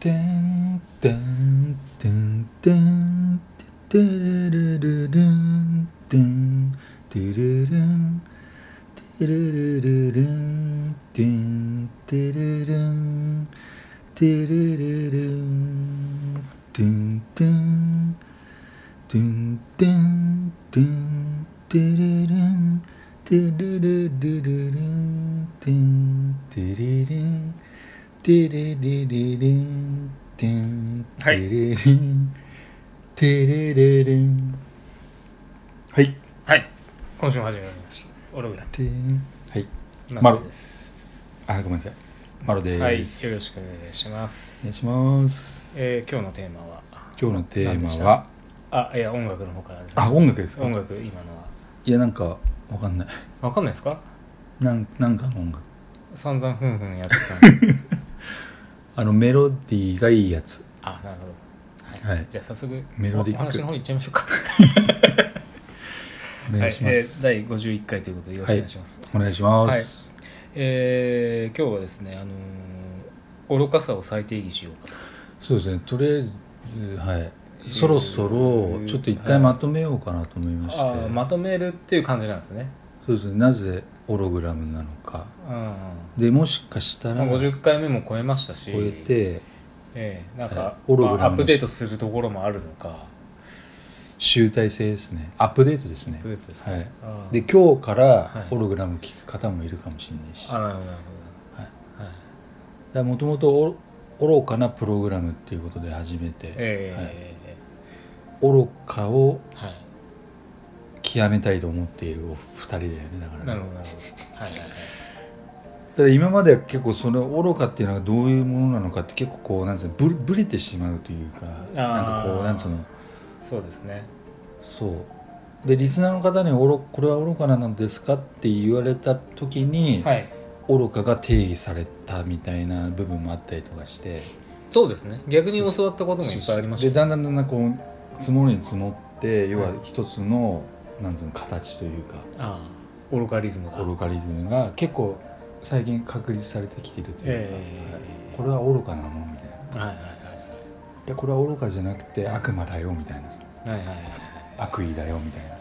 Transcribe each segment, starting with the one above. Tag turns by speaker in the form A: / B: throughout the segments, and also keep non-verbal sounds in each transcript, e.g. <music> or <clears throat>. A: てんてんてんてんててれれれれんてんてれれんてれれれれんてんてれれんてれれれんてんてんてんてんてんてれれんてれれれれれんてんてれれんてれれれれんてんて
B: はい
A: れれんてれれれんはい
B: はい今週も始まりましたオログラム
A: てんはい
B: 今
A: マロ
B: 田です
A: あごめんなさいマロで
B: はいよろ
A: す
B: しくお願いしま
A: お
B: す
A: 願いします
B: えー、今日のテーマは
A: 今日のテ
B: 何でし
A: ーマは
B: たあいや音楽の方から
A: あ音楽ですか
B: 音楽今のはい
A: やなんかわかんない
B: わかんないですか
A: なんなんかの音楽
B: 散々ふんふんやってた
A: <laughs>
B: のに
A: あのメロディーがいいやつ
B: あなるほど
A: はい
B: じゃあ早速
A: メロディック
B: おお話の方に行っちゃいましょうか
A: お願いしま
B: はいえー
A: す、
B: 第51回ということでよろしくお願いします、
A: お願いします、
B: えー今日はですね、あのー愚かさを再定義しようか
A: そうですねとりあえずはいそろそろちょっと一回まとめようかなと思いまして、
B: とあーまとめるっていう感じなんですね、
A: そうですねなぜオログラムなのか
B: うん
A: でもしかした
B: ま
A: ら
B: あ、
A: 超
B: 50回目も超えましたし
A: えて
B: ええなんか、
A: はいオログラムです
B: まあアップデートするところもあるのか
A: 集大成ですねアップデートです
B: ア
A: ね
B: ップデートです
A: はい
B: ね、あー
A: で今日か
B: は
A: ら
B: い
A: オログラム聞く方もいるかもしれないし、
B: あなるほどなる
A: はい
B: ほど、はい
A: だもともと愚かなプログラムっていうことで始めて
B: ええ
A: 愚かを
B: はい
A: 極めたいと思っているお二人だよねだから
B: なる
A: ね
B: ほどなるほどはいはいはい
A: ただ今までは結構その愚かっていうのがどういうものなのかって結構こうなんつうのぶぶれてしまうというかなんかこうなんつうの
B: そうですね
A: そうでリスナーの方に愚「これは愚かなのですか?」って言われた時に、
B: はい
A: 愚かが定義されたみたいな部分もあったりとかして
B: そうですね逆に教わったこともいっぱいありました
A: でだんだんだんだんこう積もるに積もって要は一つの、なんつうの形というか
B: ああ愚かリズムが
A: 愚かリズムが結構最近確立されてきてるというか、
B: ええ
A: これは愚かなのみたいな。
B: はいはい
A: いやこれは愚かじゃなくて悪魔だよみたいなさ
B: はいはいはいはい
A: 悪意だよみたいな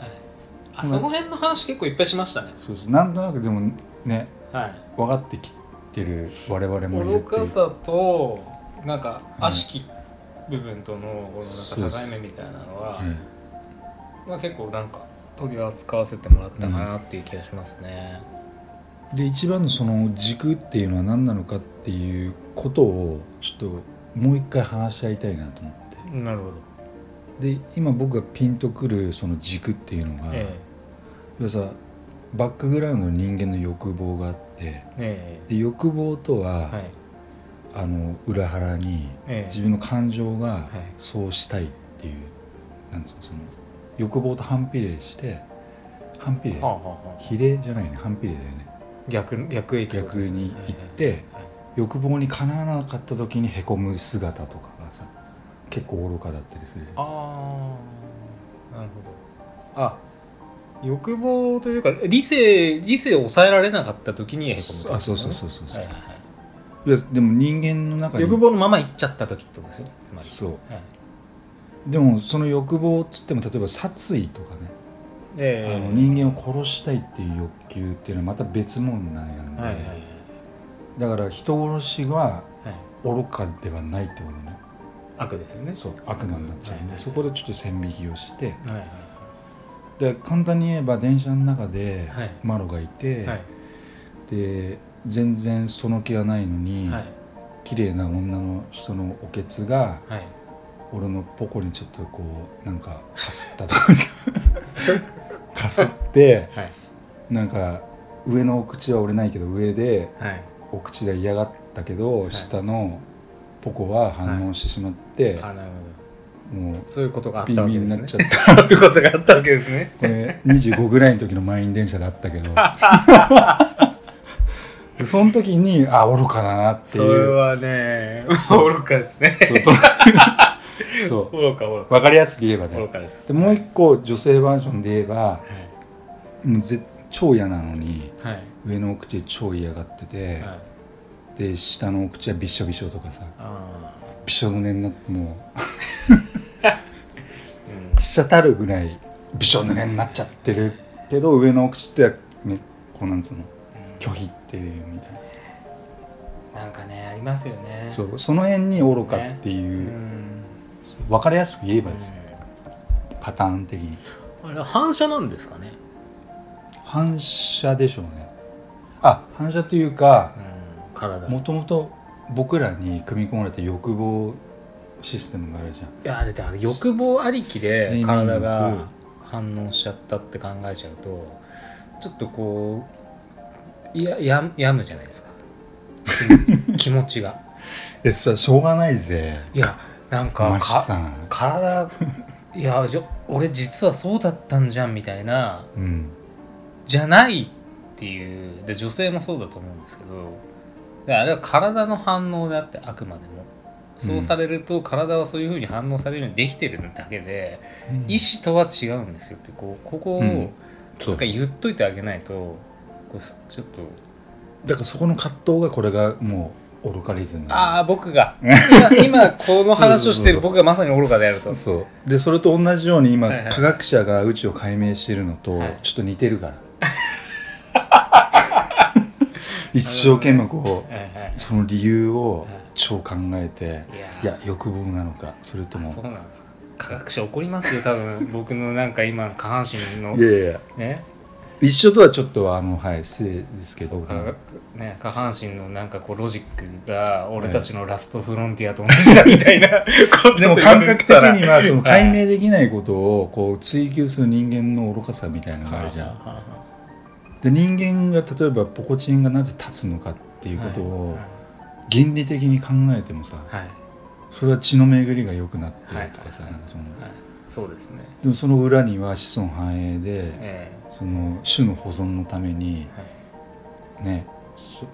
B: あその辺の話結構いっぱいしましたね
A: そうそうなんとなくでもね
B: はい
A: 分かってきてる我々もいる
B: 愚
A: ってい
B: か
A: う
B: さとなんか
A: うん
B: 悪しき部分とのこのなんか境目みたいなのは、
A: はい
B: まあ、結構なんか取り扱わせてもらったかなっていう気がしますね、
A: で一番のその軸っていうのは何なのかっていうことをちょっともう一回話し合いたいなと思って
B: なるほど、
A: で今僕がピンとくるその軸っていうのが、
B: え
A: 要はさバックグラウンドの人間の欲望があって
B: ええ
A: で欲望と
B: え
A: は、
B: はい
A: あの裏腹に
B: ええ
A: 自分の感情が
B: はい
A: そうしたいっていう、なんつうのその欲望と反比例して反比例
B: はあ、はあはあ
A: 比例じゃないね反比例だよね
B: 逆逆影響
A: 逆に行って、
B: はい
A: 欲望にかなわなかった時にへこむ姿とかがさ結構愚かだったりする
B: ああなるほどあ欲望というか理性理性を抑えられなかった時にへこむってこと
A: あ
B: です
A: そ
B: よ
A: う
B: ね
A: そうそうそうそう、
B: は
A: い
B: いはい
A: やでも人間の中
B: はい、
A: に
B: 欲望のまま行っちゃった時ってことですよねつまり
A: そう
B: はい
A: でもその欲望っつっても例えば殺意とかね、あ
B: え
A: の
B: え
A: 人間を殺したいっていう欲求っていうのはまた別問題なので、
B: はいはいはい
A: だから人殺しは
B: はい
A: 愚かではないってことね
B: 悪ですよね
A: そう悪魔になっちゃうんで、
B: はい
A: そこでちょっと線引きをして
B: はいはい
A: で簡単に言えば電車の中で
B: はい
A: マロがいて、
B: はい
A: で全然その気はないのに、
B: はい
A: 綺麗な女の人のおけつが
B: はい
A: 俺のポコにちょっとこうなんかかすったとかさ <laughs> かすって
B: はい
A: なんか上のお口は折れないけど上で
B: はい
A: お口で嫌がったけど、
B: はい
A: 下のポコは反応してしまって、
B: あなるほ
A: もう
B: どそういうことがあっ
A: ビ
B: た
A: ン
B: わ
A: ビ
B: け
A: ン
B: で
A: にな
B: す
A: っ
B: ね
A: ちゃって、
B: そういうことがあったわけで
A: <laughs>
B: すね
A: これ25ぐらいの時の満員電車だった
B: <laughs>
A: けどでその時にあ愚かだなって
B: それ
A: いう
B: はね
A: そう
B: 愚かですね
A: そうと <laughs> そう
B: 愚か愚か
A: 分かりやすく言えばね
B: 愚かです
A: でもう一個女性バージョンで言えば
B: はい
A: もうぜ超嫌なのに
B: はい
A: 上のお口超嫌がってて、
B: はい
A: で下のお口はびっしょびしょとかさ
B: あ
A: びびしょ濡れになっても
B: うん
A: う滴るぐらいびしょ濡れになっちゃってるけど上のお口ってねこうなんつうの拒否ってるみたい
B: なんかねありますよね
A: なそうその辺に愚かって
B: う
A: いう、
B: ん
A: 分かりやすく言えばですよパターン的に
B: あれ反射なんですかね、
A: 反射でしょうねあ反射というか
B: うん、体
A: もともと僕らに組み込まれた欲望システムがあるじゃん
B: いやあれだ欲望ありきで
A: 睡眠欲
B: 体が反応しちゃったって考えちゃうとちょっとこういやややむじゃないですか気気持ちが <laughs>
A: えそれはしょうがないぜ
B: いやなんか
A: マシ
B: か
A: さん
B: 体いやじゃ俺実はそうだったんじゃんみたいな
A: うん
B: じゃないっていうで女性もそうだと思うんですけどであれは体の反応であってあくまでもそうされると体はそういうふうに反応されるようにできてるだけで、意思とは違うんですよってこうここを
A: うん
B: なんか言っといてあげないと、こうすちょっと
A: だからそこの葛藤がこれがもう愚かリズム
B: ああ僕 <laughs> が今今この話を <laughs> してる僕がまさに愚かであると。
A: そうでそれと同じように今、
B: はいはい
A: 科学者が宇宙を解明しているのと、
B: はい
A: ちょっと似てるから
B: <laughs>
A: 一生懸命こ
B: はいはいう
A: その理由
B: は
A: を
B: い
A: 超考えて
B: いやー
A: いや欲望なのかそれと
B: あ
A: も
B: そうなんですか科学者怒りますよ多 <laughs> 分僕のなんか今の下半身の
A: いやいやいや
B: ね
A: 一緒とはちょっとあのはい失礼ですけど
B: そう
A: 僕の
B: かね下半身のなんかこうロジックが俺たちのラストフロンティアと同じだみたい <laughs> なこと
A: でも
B: 言わ
A: 感
B: れ
A: 覚
B: て
A: 的
B: たら
A: にはその
B: はい
A: 解明できないことをこう追求する人間の愚かさみたいなのがあるじゃん。
B: はは
A: で人間が例えばポコチンがなぜ立つのかっていうことを
B: は
A: 原理的に考えてもさ
B: いはい
A: それは血の巡りが良くなってとかさ
B: はい
A: なんかその
B: はいそうですね
A: でもその裏には子孫繁栄で
B: え
A: その種の保存のために
B: えはい
A: ねそ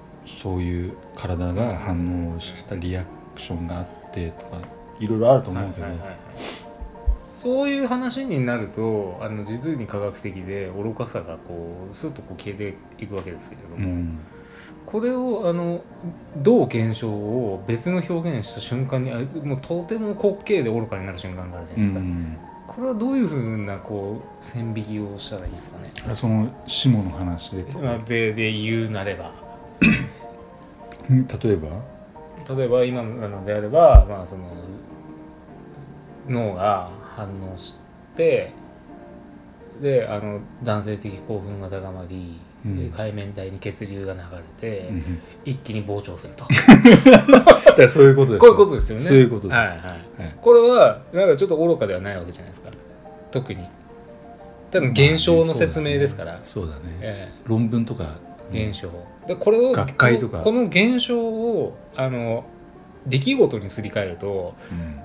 A: そういう体が反応したリアクションがあってとかいろいろあると思うけど
B: はいはいはいはいそういう話になるとあの実に科学的で愚かさがこうスッとこう消えていくわけですけれど
A: う
B: も、
A: ん
B: これをあのどう現象を別の表現した瞬間にあもうとても滑稽で愚かになる瞬間があるじゃな
A: う
B: いですか、
A: ん
B: これはどういうふうなこう線引きをしたらいいんですかね
A: その下の話で
B: まあでで言うなれば
A: うん例えば
B: 例えば今なのであれば、まあ、その脳が反応してであの男性的興奮が高まり、
A: うん
B: 海面体に血流が流れて、
A: うん
B: 一気に膨張するとこ
A: だからそういうことです
B: うい
A: よ
B: うことですよね
A: そういうことです
B: はいはい、
A: はい
B: これはなんかちょっと愚かではないわけじゃないですか特に多分現象の説明ですから、
A: そうだね
B: え
A: 論文とか
B: え現象でこれを
A: 学会とか
B: このこの現象をあの出来事にすり替えると
A: うん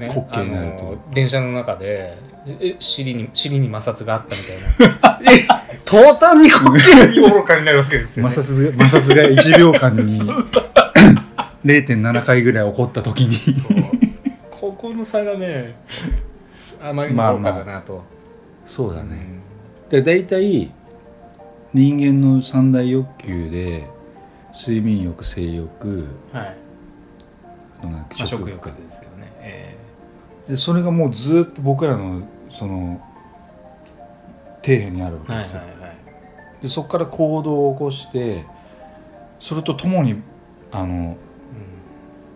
B: ね、
A: 滑稽になると
B: あの電車の中でえ尻に尻に摩擦があっ
A: <laughs>
B: たみたいなえ途端に滑稽に愚かになるわけですよ、
A: 摩擦
B: ね、
A: が摩擦が1秒間 <laughs> に
B: そうそう
A: 0.7回ぐらい起こった時に
B: ここの差がねあまりにも愚かだなと、
A: そうだねで大体人間の三大欲求で睡眠欲性欲
B: うんはい、
A: あとなんだっけ
B: ま
A: 食
B: あ、食
A: 欲か
B: 欲ですよね、え
A: でそれがもうずーっと僕らのその底辺にあるわ
B: え
A: けですよ、
B: はいはいはい
A: でそこから行動を起こしてそれとともにあの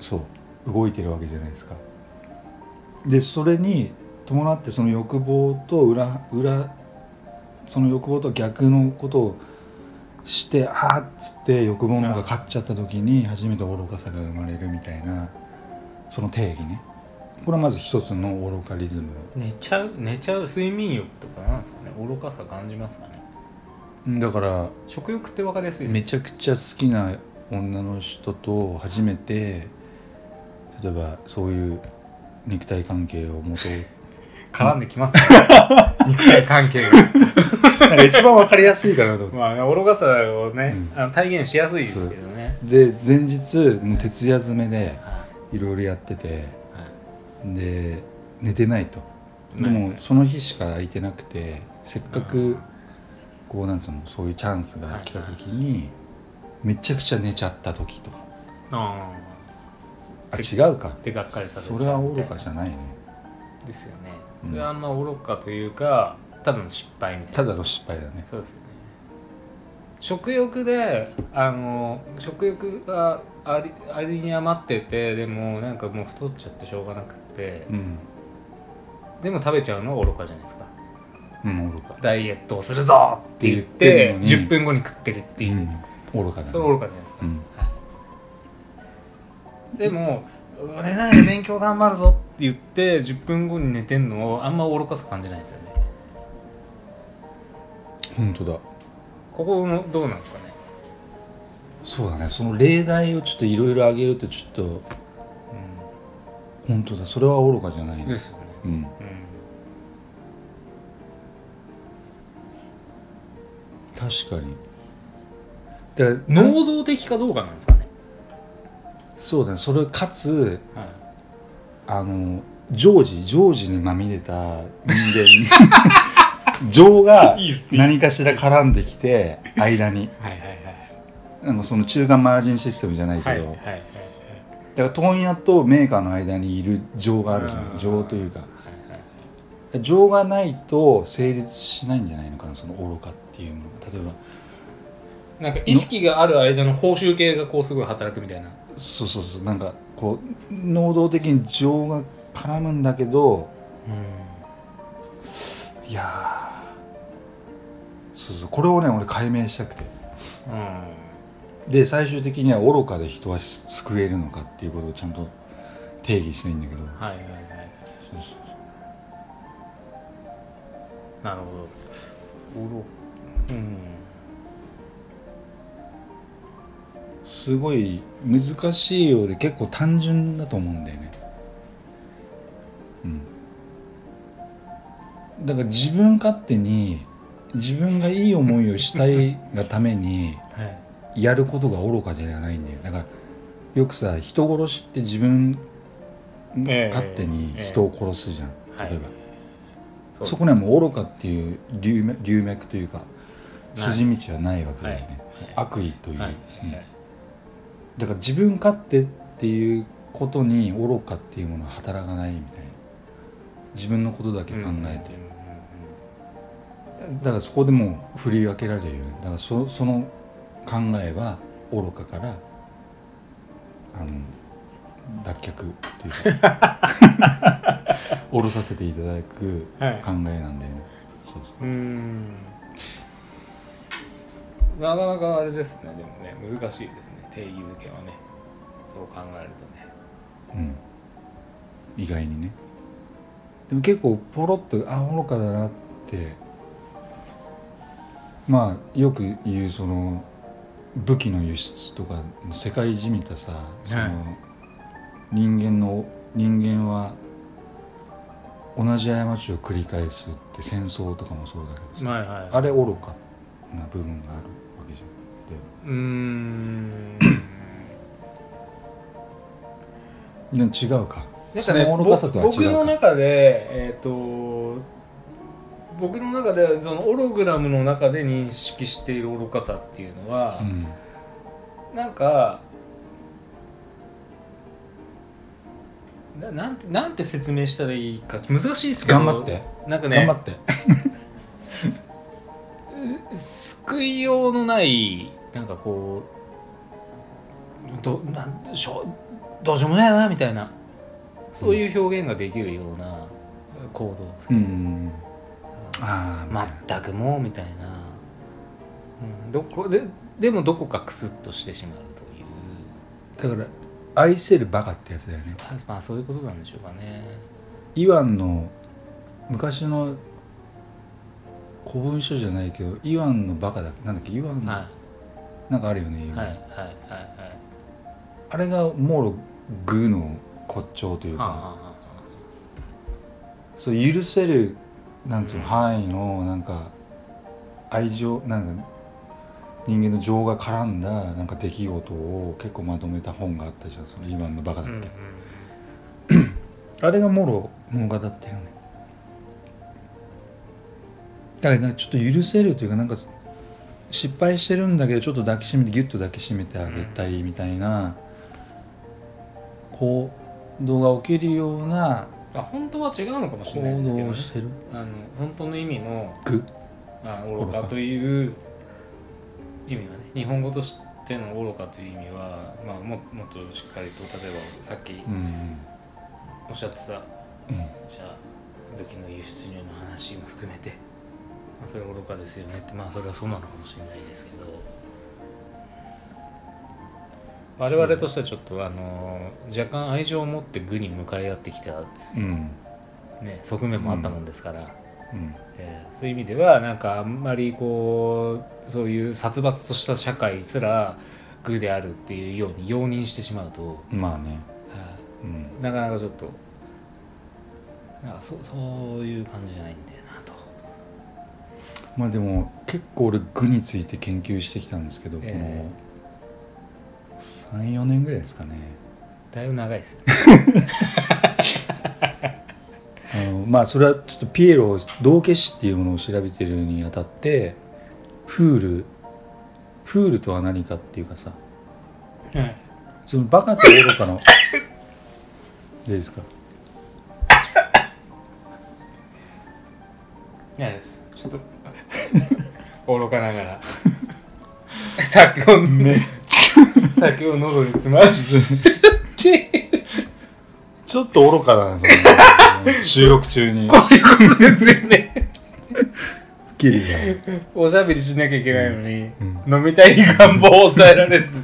A: そう動いてるわけじゃないですかでそれに伴ってその欲望と裏裏その欲望と逆のことをしてあーっつって欲望の方が勝っちゃった時に初めて愚かさが生まれるみたいなその定義ねこれはまず一つの愚かリズム
B: うん寝ちゃう寝ちゃう睡眠欲とかなんですかね愚かさ感じますかね
A: うんだから
B: 食欲って分かりやすいです
A: めちゃくちゃ好きな女の人と初めて例えばそういう肉体関係を求め
B: 絡んできますね肉体関係が
A: なんか一番わかりやすいかなと思って。
B: まあね、愚かさをね、
A: う
B: あの体現しやすいですけどね。
A: で前日もう徹夜詰めで
B: はい
A: ろいろやってて
B: いは
A: で寝てないと
B: い
A: で
B: は
A: も
B: い
A: その日しか空いてなくてせっかくこうなんつうのそういうチャンスが来た時にめちゃくちゃ寝ちゃった時とか
B: あ
A: あ違うか
B: でがっかりされちゃう
A: それは愚か
B: みたい
A: じゃないね
B: なですよね
A: うん
B: それはあんま愚かというかただの失敗みたいな
A: ただの失敗だね
B: そうですよね食欲であの食欲がありありに余っててでもなんかもう太っちゃってしょうがなくて
A: うん
B: でも食べちゃうのは愚かじゃないですか
A: うん愚か
B: ダイエットをするぞって言っ
A: って言って
B: て
A: んのに
B: 10分後に食ってるっていう、
A: うん愚かだね
B: それは愚かじゃないですか、
A: うん
B: でも「お願い勉強頑張るぞ」って言って10分後に寝てんのをあんま愚かさ感じないんですよね
A: 本当だ
B: ここのどうなんですかね
A: そうだねその例題をちょっといろいろあげるとちょっと本当だそれは愚かじゃな
B: う
A: い
B: んで
A: ね
B: すよね
A: うん
B: うん
A: 確かにだから
B: 能動的かどうかなんですかね、
A: そうだねそれかつ
B: はい
A: あの常時常時にまみれた人間 <laughs> 情が
B: いいっす
A: 何かしら絡んできて間に
B: はいはいはい
A: あのその中間マージンシステムじゃないけ
B: はい
A: ど、
B: はいはい
A: だから問屋とメーカーの間にいる情があるじゃ
B: うん
A: ん情というか情がないと成立しないんじゃないのかなその愚かっていうものが例えば
B: なんか意識がある間の報酬系がこうすごい働くみたいな
A: そうそうそうなんかこう能動的に情が絡むんだけどいやーそうそうこれをね俺解明したくて
B: うん、うん、
A: で最終的には愚かで人は救えるのかっていうことをちゃんと定義したいんだけどそう
B: はいはいはい
A: そうそう
B: なるほど愚うん
A: すごい難しいようで結構単純だと思うんだよねうんだから自分勝手に自分がいい思いをしたいがために
B: はい
A: やることが愚かじゃないんだよだからよくさ人殺しって自分
B: ええ
A: 勝手に人を殺すじゃん、
B: はい
A: 例えば、
B: そ
A: そこにはもう愚かっていう流脈流脈というか筋道はないわけだよね、
B: は
A: 悪意とい、
B: いうはい
A: うん
B: はい
A: だから自分勝手っていうことに愚かっていうものは働かないみたいな自分のことだけ考えて、だからそこでもう振り分けられるよねだからそその考えは愚かからあの脱却というか <laughs> 下ろさせていただく
B: うんうんうんはい
A: 考えなんだよねそうそう
B: うんなかなかあれですねでもね難しいですね定義づけはねそう考えるとね
A: うん、意外にねでも結構ポロッとあ愚かだなってまあよく言うその武器の輸出とか世界じみたさその、
B: はい
A: 人間の人間は同じ過ちを繰り返すって戦争とかもそうだけどさ、
B: はいはい
A: あれ愚かな部分があるわけじゃん例えば。
B: うー
A: <clears throat>
B: ん
A: でも違うか
B: なんかね
A: その愚かさとは違うか
B: 僕僕の中でえっ、と僕の中でそのオログラムの中で認識している愚かさっていうのは
A: う、ん
B: なんかななんてなんて説明したらいいか難しいですけど
A: 頑張って、
B: なんか
A: 頑張
B: ね
A: って
B: 救いようのないなんかこうどなんしょどうしようもないなみたいなそういう表現ができるような行動です
A: う
B: け
A: ん
B: ど、
A: うんうんああ
B: 全くもうみたいな、うん、どこででもどこかクスッとしてしまうという、
A: だから愛せるバカってやつだよね
B: あまあそういうことなんでしょうかね
A: イワンの昔の古文書じゃないけどイワンのバカだっけなんだっけイワンの、
B: は
A: なんかあるよね、
B: い
A: 今
B: はいはいはいはい
A: あれがもろ愚の骨頂というか、
B: はあはあは
A: そう許せるなんていうの、
B: うん
A: 範囲のなんか愛情なんか人間の情が絡んだなんか出来事を結構まとめた本があったじゃんそのイワンのバカ
B: あ
A: だっ
B: う
A: け、
B: んうん
A: あれがもろ物語ってるねだからなんかちょっと許せるというかなんか失敗してるんだけどちょっと抱きしめてギュッと抱きしめてあげたいみたいな行動が起きるような
B: あ本当は違うのかもし
A: 行
B: れないですけ
A: 動
B: ど、
A: を
B: ね、
A: してる
B: あの本当の意味の
A: く
B: あ愚かという意味はね日本語としての愚かという意味は、まあ、ももっとしっかりと例えばさっき
A: うん
B: おっしゃって
A: うん
B: たじゃあ武器の輸出入の話も含めて、まあ、それは愚かですよねってまあそれはそうなのかもしれないですけど我々としてはちょっとあの若干愛情を持って愚に向かい合ってきた、
A: うん
B: ね、側面もあったもんですから、
A: うん
B: えーそういう意味ではなんかあんまりこうそういう殺伐とした社会すら愚であるっていうように容認してしまうと、は
A: まあね
B: い
A: うん
B: なかなかちょっとなんかそそういう感じじゃないんだよなと
A: まあでも結構俺具について研究してきたんですけど、
B: え
A: この34年ぐらいですかね
B: だいぶ長いですね
A: あのまあそれはちょっとピエロ道化師っていうものを調べてるにあたってフールフールとは何かっていうかさ
B: はい
A: そのバカと愚かのでいいですか
B: 嫌ですちょっと愚かながら酒を、
A: め
B: 酒を喉に詰まら <laughs> ずって
A: ちょっと愚かだねその収録中に
B: こういうことですよね
A: キリが
B: おしゃべりしなきゃいけないのに、
A: うん
B: 飲みたい願望を抑えられず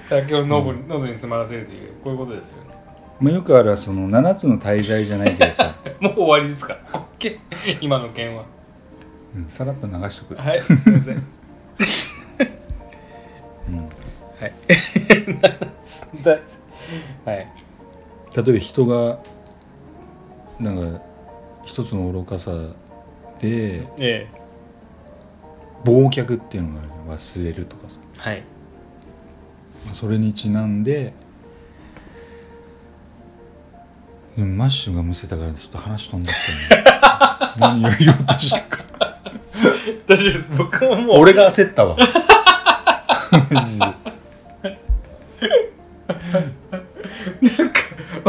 B: 酒を喉に喉に詰まらせるというこういうことですよね
A: まあよくあるはその7つの大罪じゃないけどさ、
B: もう終わりですか OK 今の件は
A: <laughs> うんさらっと流しとく、
B: はいすいま <laughs> せん
A: うん
B: はい。 <laughs> はい。
A: 例えば人がなんか一つの愚かさで
B: ええ。
A: 忘却っていうのがあるじゃん忘れるとかさ
B: はい。
A: まあそれにちなんででもマッシュがむせたからちょっと話飛んじゃ
B: <laughs>
A: ったね何を言おうとしたか
B: 大丈夫です。僕はもう。
A: 俺が焦ったわ <laughs> マジで
B: なんか、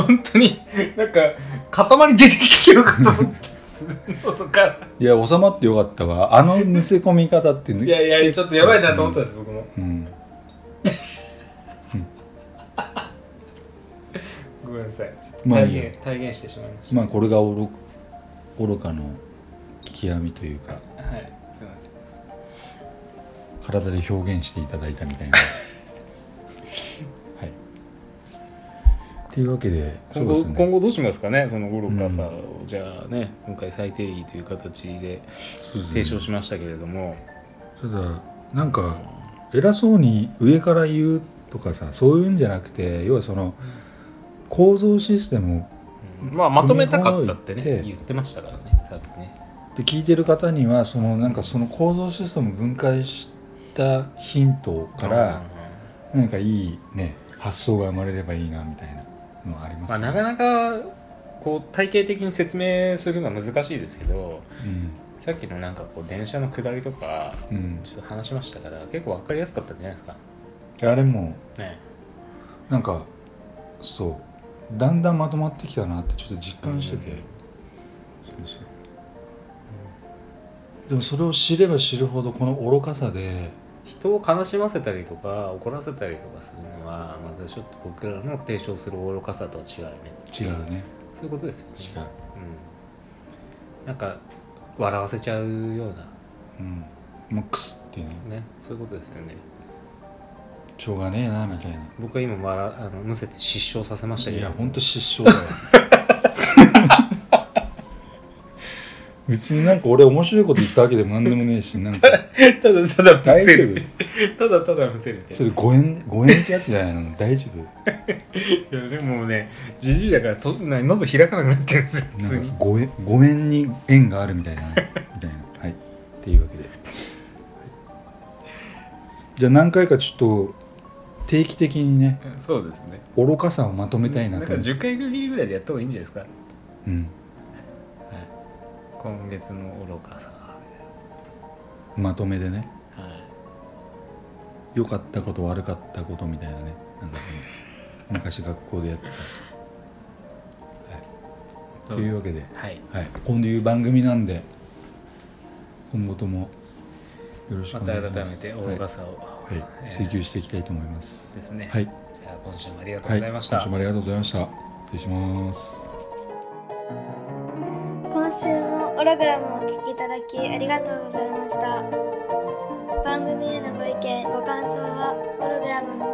B: 本当に、なんか、塊出てきちゃうかと思って、す喉
A: <laughs>
B: から。
A: いや収まってよかったわあのむせ込み方ってね
B: いやいや、ちょっとやばいなと思ったんです、僕も。
A: うん
B: ごめんなさい。ちょっと
A: まあいい
B: 体
A: よ
B: 現、体現してしまいました。
A: まあこれが愚愚かの極みというか
B: はい。すいません。
A: 体で表現していただいたみ
B: <laughs>
A: たいなはいっていうわけでそ
B: 今
A: う
B: 後
A: ですね
B: 今後どうしますかね、その愚かさ
A: う
B: を、じゃあね、今回最定義という形で
A: そうですね
B: 提唱しましたけれども、
A: ただなんか偉そうに上から言うとかさそういうんじゃなくて要はその構造システム
B: うんまあ、まとめたかったってね、
A: 組み合わせて
B: 言ってましたからね、さっきね。
A: で聞いてる方にはそのなんかその構造システムを分解したヒントから何かいいね発想が生まれればいいなみたいなのはあります
B: まあ、なかなかこう体系的に説明するのは難しいですけどさっきのなんかこう電車の下りとか
A: うん、うん
B: ちょっと話しましたから結構分かりやすかったんじゃないですか
A: であれも
B: ね
A: なんかそうだんだんまとまってきたなってちょっと実感してて、
B: うん
A: そうそうでもそれを知れば知るほどこの愚かさで
B: 人を悲しませたりとか怒らせたりとかするのはまたちょっと僕らの提唱する愚かさとは違うよね
A: 違うね
B: そういうことですよね
A: 違う、
B: うん、なんか笑わせちゃうよう
A: うん、もうクスってね
B: なねそういうことですよね
A: しょうがねえなみたいな
B: 僕は今笑あのむせて失笑させましたけ
A: い
B: ど
A: やほんと失笑だわ <laughs> 別になんか俺面白いこと言ったわけでも何でもねえしなんか
B: ただただむ
A: 大
B: せ
A: 丈
B: る
A: 夫 <laughs>
B: <laughs> ただただむせるみたいな
A: それご縁ご縁ってやつじゃないの大丈夫
B: いやでもねじじいだからとな喉開かなくなってるんですよ普通
A: なん
B: に
A: かご縁ご縁に縁があるみたいなみたいなはいっていうわけでじゃあ何回かちょっと定期的にね
B: そうですね
A: 愚かさをまとめたいなと
B: んか
A: 思って
B: 10回区切りぐらいでやった方がいいんじゃないですか
A: うん
B: 今月の愚かさ
A: まとめでね
B: はい
A: 良かったこと悪かったことみたいなねなんかそ昔学校でやってた。というわけで、
B: はい
A: はい、こういう番組なんで今後ともよろしく
B: ま
A: お願い
B: た
A: します。
B: 改めて大
A: は
B: 傘を、
A: い、はい、追求していきたいと思います。
B: ですね、
A: はい、
B: じゃあ今週もありがとう
A: は
B: ご
A: い、
B: ざいました、
A: 今週もありがとうございました。失礼します。
C: 今週もオログラムをお聞きいただきありがとうございました番組へのご意見ご感想はオログラムの